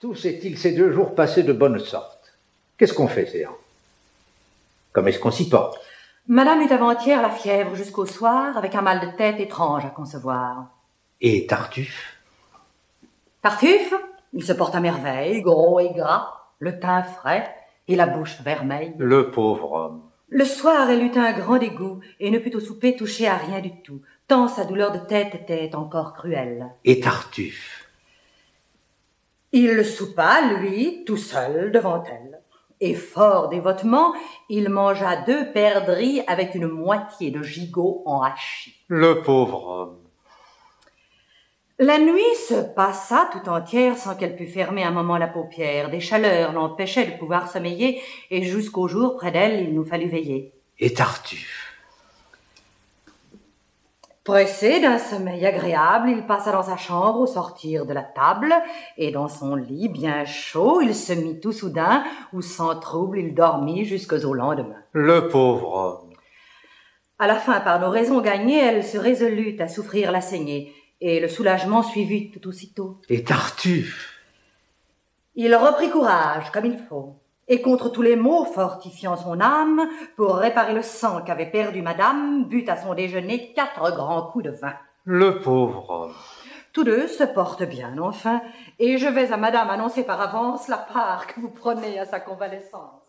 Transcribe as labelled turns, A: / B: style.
A: Tout s'est-il ces deux jours passé de bonne sorte Qu'est-ce qu'on fait, Céan Comme est-ce qu'on s'y porte
B: Madame eut avant-hier la fièvre jusqu'au soir, avec un mal de tête étrange à concevoir.
A: Et Tartuffe
B: Tartuffe, il se porte à merveille, gros et gras, le teint frais et la bouche vermeille.
A: Le pauvre homme.
B: Le soir, elle eut un grand dégoût et ne put au souper toucher à rien du tout, tant sa douleur de tête était encore cruelle.
A: Et Tartuffe
B: Il soupa, lui, tout seul, devant elle. Et fort dévotement, il mangea deux perdrix avec une moitié de gigot en hachis.
A: Le pauvre homme.
B: La nuit se passa tout entière sans qu'elle pût fermer un moment la paupière. Des chaleurs l'empêchaient de pouvoir sommeiller, et jusqu'au jour, près d'elle, il nous fallut veiller.
A: Et Tartuffe
B: Pressé d'un sommeil agréable, il passa dans sa chambre au sortir de la table, et dans son lit bien chaud, il se mit tout soudain, où sans trouble il dormit jusqu'au lendemain.
A: Le pauvre homme.
B: À la fin, par nos raisons gagnées, elle se résolut à souffrir la saignée, et le soulagement suivit tout aussitôt.
A: Et Tartuffe
B: Il reprit courage, comme il faut, et contre tous les maux, fortifiant son âme, pour réparer le sang qu'avait perdu madame, but à son déjeuner quatre grands coups de vin.
A: Le pauvre homme.
B: Tous deux se portent bien, enfin, et je vais à madame annoncer par avance la part que vous prenez à sa convalescence.